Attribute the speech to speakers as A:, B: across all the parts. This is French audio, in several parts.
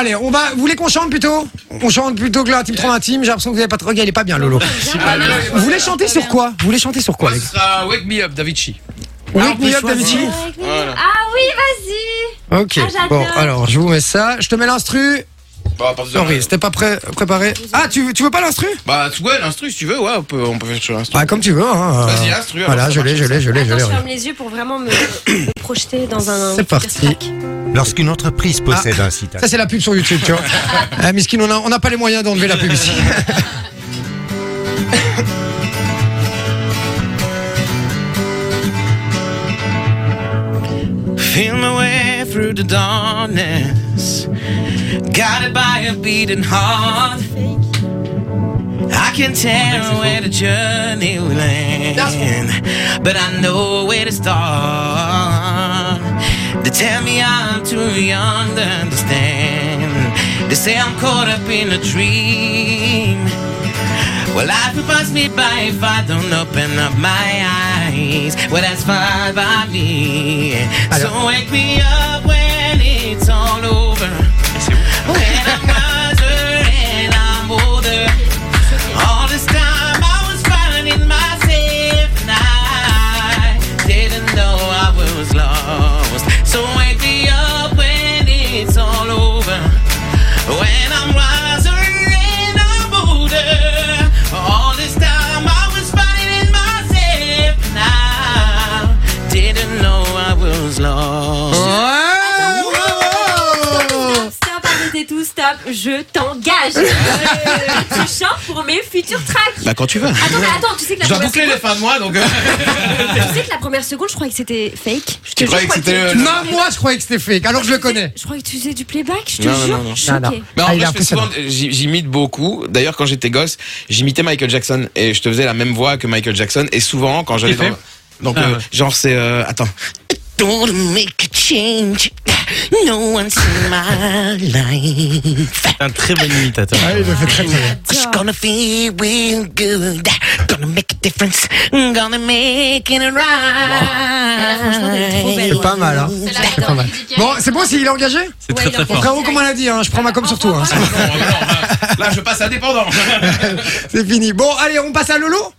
A: Allez, on va. Vous voulez qu'on chante plutôt On chante plutôt que la team trop intime. J'ai l'impression que vous n'avez pas trop. Il est pas bien, Lolo. Ah, Vous voulez chanter sur quoi Vous voulez chanter sur quoi,
B: Ce
A: Alex
B: sera Wake Me Up d'Avicii.
A: Wake Me Up,
B: choisir.
A: Davichi
B: Voilà.
C: Ah oui, vas-y
A: Ok.
C: Ah, j'adore.
A: bon, alors je vous mets ça. Je te mets l'instru.
B: Bah, à partir de-
A: Sorry, c'était pas prêt, préparé. Ah, tu, veux- tu veux pas l'instru
B: Bah, ouais, l'instru, si tu veux, ouais, on peut, on peut faire sur l'instru.
A: Bah comme tu veux. Hein.
B: Vas-y, l'instru, alors,
A: Voilà,
B: ça
A: je l'ai,
B: marche,
A: je l'ai, je l'ai, je
C: Attends,
A: l'ai.
C: je
A: regarde.
C: ferme les yeux pour vraiment me, me projeter dans un...
A: C'est parti.
D: Lorsqu'une entreprise possède un site
A: Ça c'est la pub sur YouTube, tu vois. Ah, Miskin, on a- on n'a pas les moyens d'enlever la pub ici.
E: Feel my way through the darkness. Guided by a beating heart. I can
A: Oh,
E: tell where the journey will end. But I know where to start. They tell me I'm too young to understand. They say I'm caught up in a dream. Well, life will pass me by if I don't open up my eyes. Well, that's fine by me. So wake me up when it's all over. When I'm wiser and I'm older. All this time I was finding myself and I didn't know I was lost. So wake me up when it's all over. When I'm wiser and I'm older, all this time I was fighting in myself, and I didn't know I was lost.
A: Ouais.
C: Stop, arrêtez tout, stop, je t'engage Je chante pour mes futurs tracks
E: Bah quand tu veux.
C: Attends, mais attends, tu sais que la
B: Je dois
C: première
B: boucler
C: seconde,
B: les fins de mois, donc. euh,
C: tu sais que la première seconde, je croyais que c'était fake. Je te
B: Tu
C: jure,
B: croyais
C: je
B: que c'était
C: tu-
B: le-
A: euh, Non, moi je croyais que c'était fake. Alors je le connais.
C: Je croyais que tu faisais du playback, je te
E: Non, non,
C: jure,
E: non, non.
C: je suis
A: Non, non.
C: choquée.
B: Mais Bah, en
A: Ah,
B: vrai,
A: il est
B: je fais souvent- euh,
A: impressionnant.
B: j'y- j'imite beaucoup. D'ailleurs, quand j'étais gosse, j'imitais Michael Jackson et je te faisais la même voix que Michael Jackson. Et souvent, quand j'allais dans. Donc, euh, genre, c'est. euh, attends.
E: Don't make a change. No one's in my life.
D: Un très bon imitateur.
A: Ah, il le fait très bien.
E: It's gonna feel real good. Gonna make a difference. Gonna make it
C: franchement, elle est trop
E: right.
C: belle.
A: C'est pas mal, hein. C'est pas mal. Bon, c'est bon s'il est engagé
D: C'est très très fort.
A: Frérot, comme on l'a dit, hein, je prends ma com sur tout. hein.
B: Non, non, là, là, je passe à dépendant.
A: C'est fini. Bon, allez, on passe à Lolo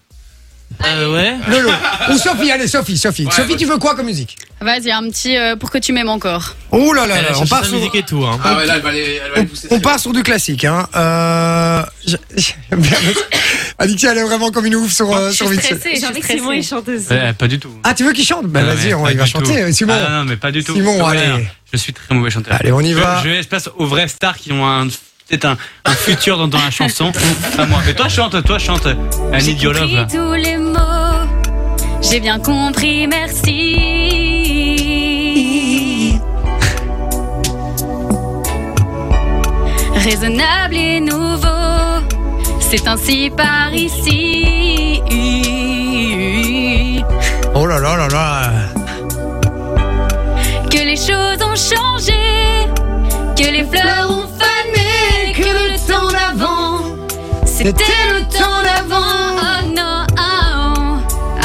F: Ah
D: Euh, ouais.
A: Lolo. Ou Sophie, allez, Sophie, Sophie. Sophie, tu veux quoi comme musique
G: Vas-y, un petit euh, pour que tu m'aimes encore.
A: Oh là
F: Eh,
A: là,
D: Elle
A: là,
D: a
A: on
D: cherché
A: part
D: sa
A: sur,
D: musique et tout. Hein.
B: Ah ouais, là, elle va aller, elle va aller pousser.
A: on part sur du classique. Hein. Euh, je- j'aime bien le- Aditya, elle est vraiment comme une ouf sur, euh, sur Vinci.
C: J'ai envie que Simon est chanteuse.
F: Ouais, pas du tout.
A: Ah, tu veux qu'il chante Ben
F: Non,
A: vas-y,
F: mais
A: on
F: pas
A: il va
F: du
A: chanter. euh,
F: tout.
A: Simon,
F: Ah, non, mais pas du tout.
A: Simon,
F: Ouais,
A: allez.
F: Je suis très mauvais chanteur.
A: Allez, on y va.
F: Je, je laisse place aux vrais stars qui ont un peut-être un, un futur dans, dans la chanson. Pas moi. Mais toi chante, toi chante. Annie Diolov. là.
G: tous les mots, j'ai bien compris, merci. Raisonnable et nouveau, c'est ainsi par ici.
A: oh là là là là.
G: Que les choses ont changé, que les fleurs ont fané, que le temps d'avant, c'était le temps d'avant. Oh non, ah, oh,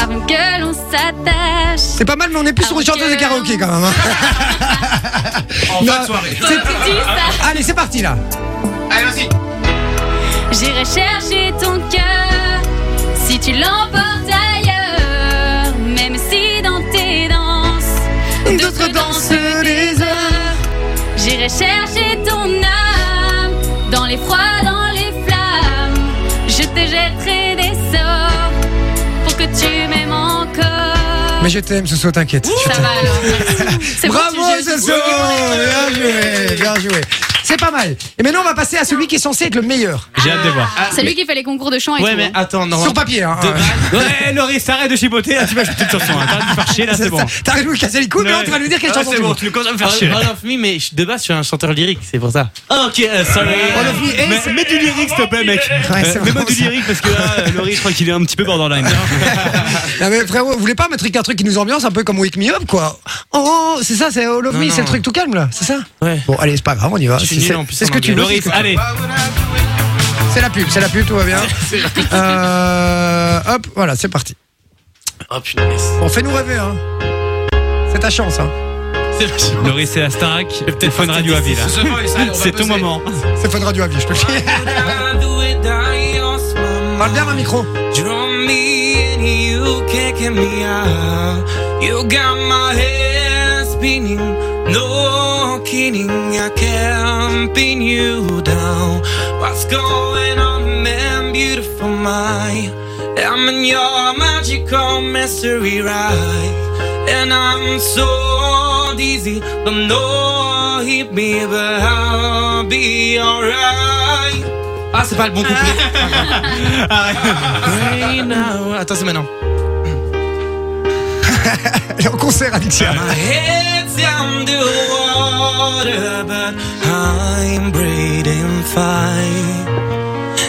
G: avant que l'on s'attache.
A: C'est pas mal, mais on est plus sur une
G: Ah, ok.
A: chanteuse de karaoké quand même. hein.
B: En fin de soirée.
G: C'est tout dit, ça.
A: allez, c'est parti là.
B: Allez, vas-y.
G: J'irai chercher ton cœur si tu l'emportes ailleurs, même si dans tes danses d'autres danses des heures. J'irai chercher ton âme dans les froids, dans les flammes. Je te jetterai des sorts pour que tu m'aimes encore.
A: Mais je t'aime, Soso, t'inquiète. Je
G: Ça
A: t'aime.
G: va alors. merci. C'est bon,
A: Bravo,
G: tu jettes.
A: Soso Bien joué, bien joué. C'est pas mal. Et maintenant, on va passer à celui qui est censé être le meilleur.
D: J'ai hâte de voir.
G: C'est lui qui fait les concours de chant et
D: Ouais,
G: tout.
D: mais
G: hein.
D: attends, non.
A: Ah, Sur papier, hein.
D: De base- Ouais, Loris, arrête de chipoter. Là, tu vas chanter une chanson. Hein. T'arrêtes de faire chier, là, c'est bon.
A: T'arrives de nous casser les couilles, mais
D: Ouais.
A: on tu vas nous dire quelle
D: Ouais,
A: chanson
D: C'est
A: tu
D: bon,
A: veux.
D: tu le commences à me faire chier.
H: Run of Me, mais je- de base, je suis un chanteur lyrique, c'est pour ça.
D: Ok, euh, sorry.
A: Run of Me, eh, c'est-
D: Mais, mets du lyrique, s'il te plaît, mec.
A: Ouais, c'est
D: Euh, Mets-moi
A: vraiment
D: du
A: ça. Ah,
D: lyrique parce que là, euh, Loris, je crois qu'il est un petit peu borderline.
A: Non, mais frérot, vous voulez pas mettre un truc qui nous ambiance un peu comme Wake Me Up, quoi Oh, c'est ça, c'est All of Me, c'est le truc tout calme, là, c'est ça
H: Ouais.
A: Bon, allez, c'est pas grave, on y va.
H: suis
A: C'est-
H: nul
A: c'est-
H: en plus
A: C'est ce
H: en
A: que tu veux.
D: Loris,
A: c'est-
D: allez.
A: C'est la pub, c'est la pub, tout va bien. Euh, hop, voilà, c'est parti.
H: Oh punaise.
A: Bon, fais-nous rêver, hein. C'est ta chance, hein.
D: Loris et Astarac,
H: peut-être
D: Fun Radio à Ville.
E: The Voice, allez, on va
D: C'est ton
E: bosser.
D: moment.
A: C'est Fun Radio à vie, je te le dis. Parle bien dans le micro.
E: Draw me in, you can't get me out. You got my head spinning, no kidding. I can't pin you down. What's going on, man? Beautiful mind. I'm in your magical mystery ride, and I'm so dizzy, but no hit me, but I'll be alright.
H: Ah, c'est pas le bon couplet. Right now. Attends, c'est maintenant.
A: Elle est en concert, Alexia.
E: My head's under water, but I'm breathing fine.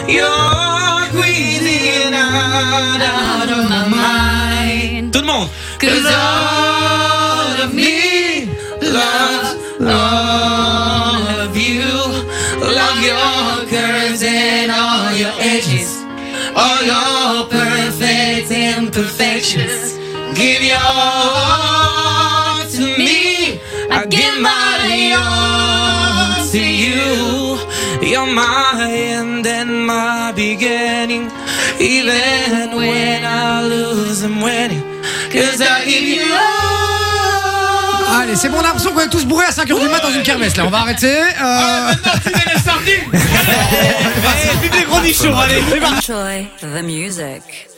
E: You're squeezing out, out of my mind. Tout le monde. 'Cause all of me loves all of you. Love your curves and all your edges. All your perfect imperfections. Give your all to me. I give my all to you. You're my end and my beginning. Even when I lose, I'm winning. Cause I give you all.
A: Allez, c'est bon, on a l'impression qu'on est tous bourrés à 5h du mat dans une kermesse, là. On va arrêter. Euh,
E: Eh,
H: Vive les grands nichons, allez, c'est parti.
I: Enjoy the music.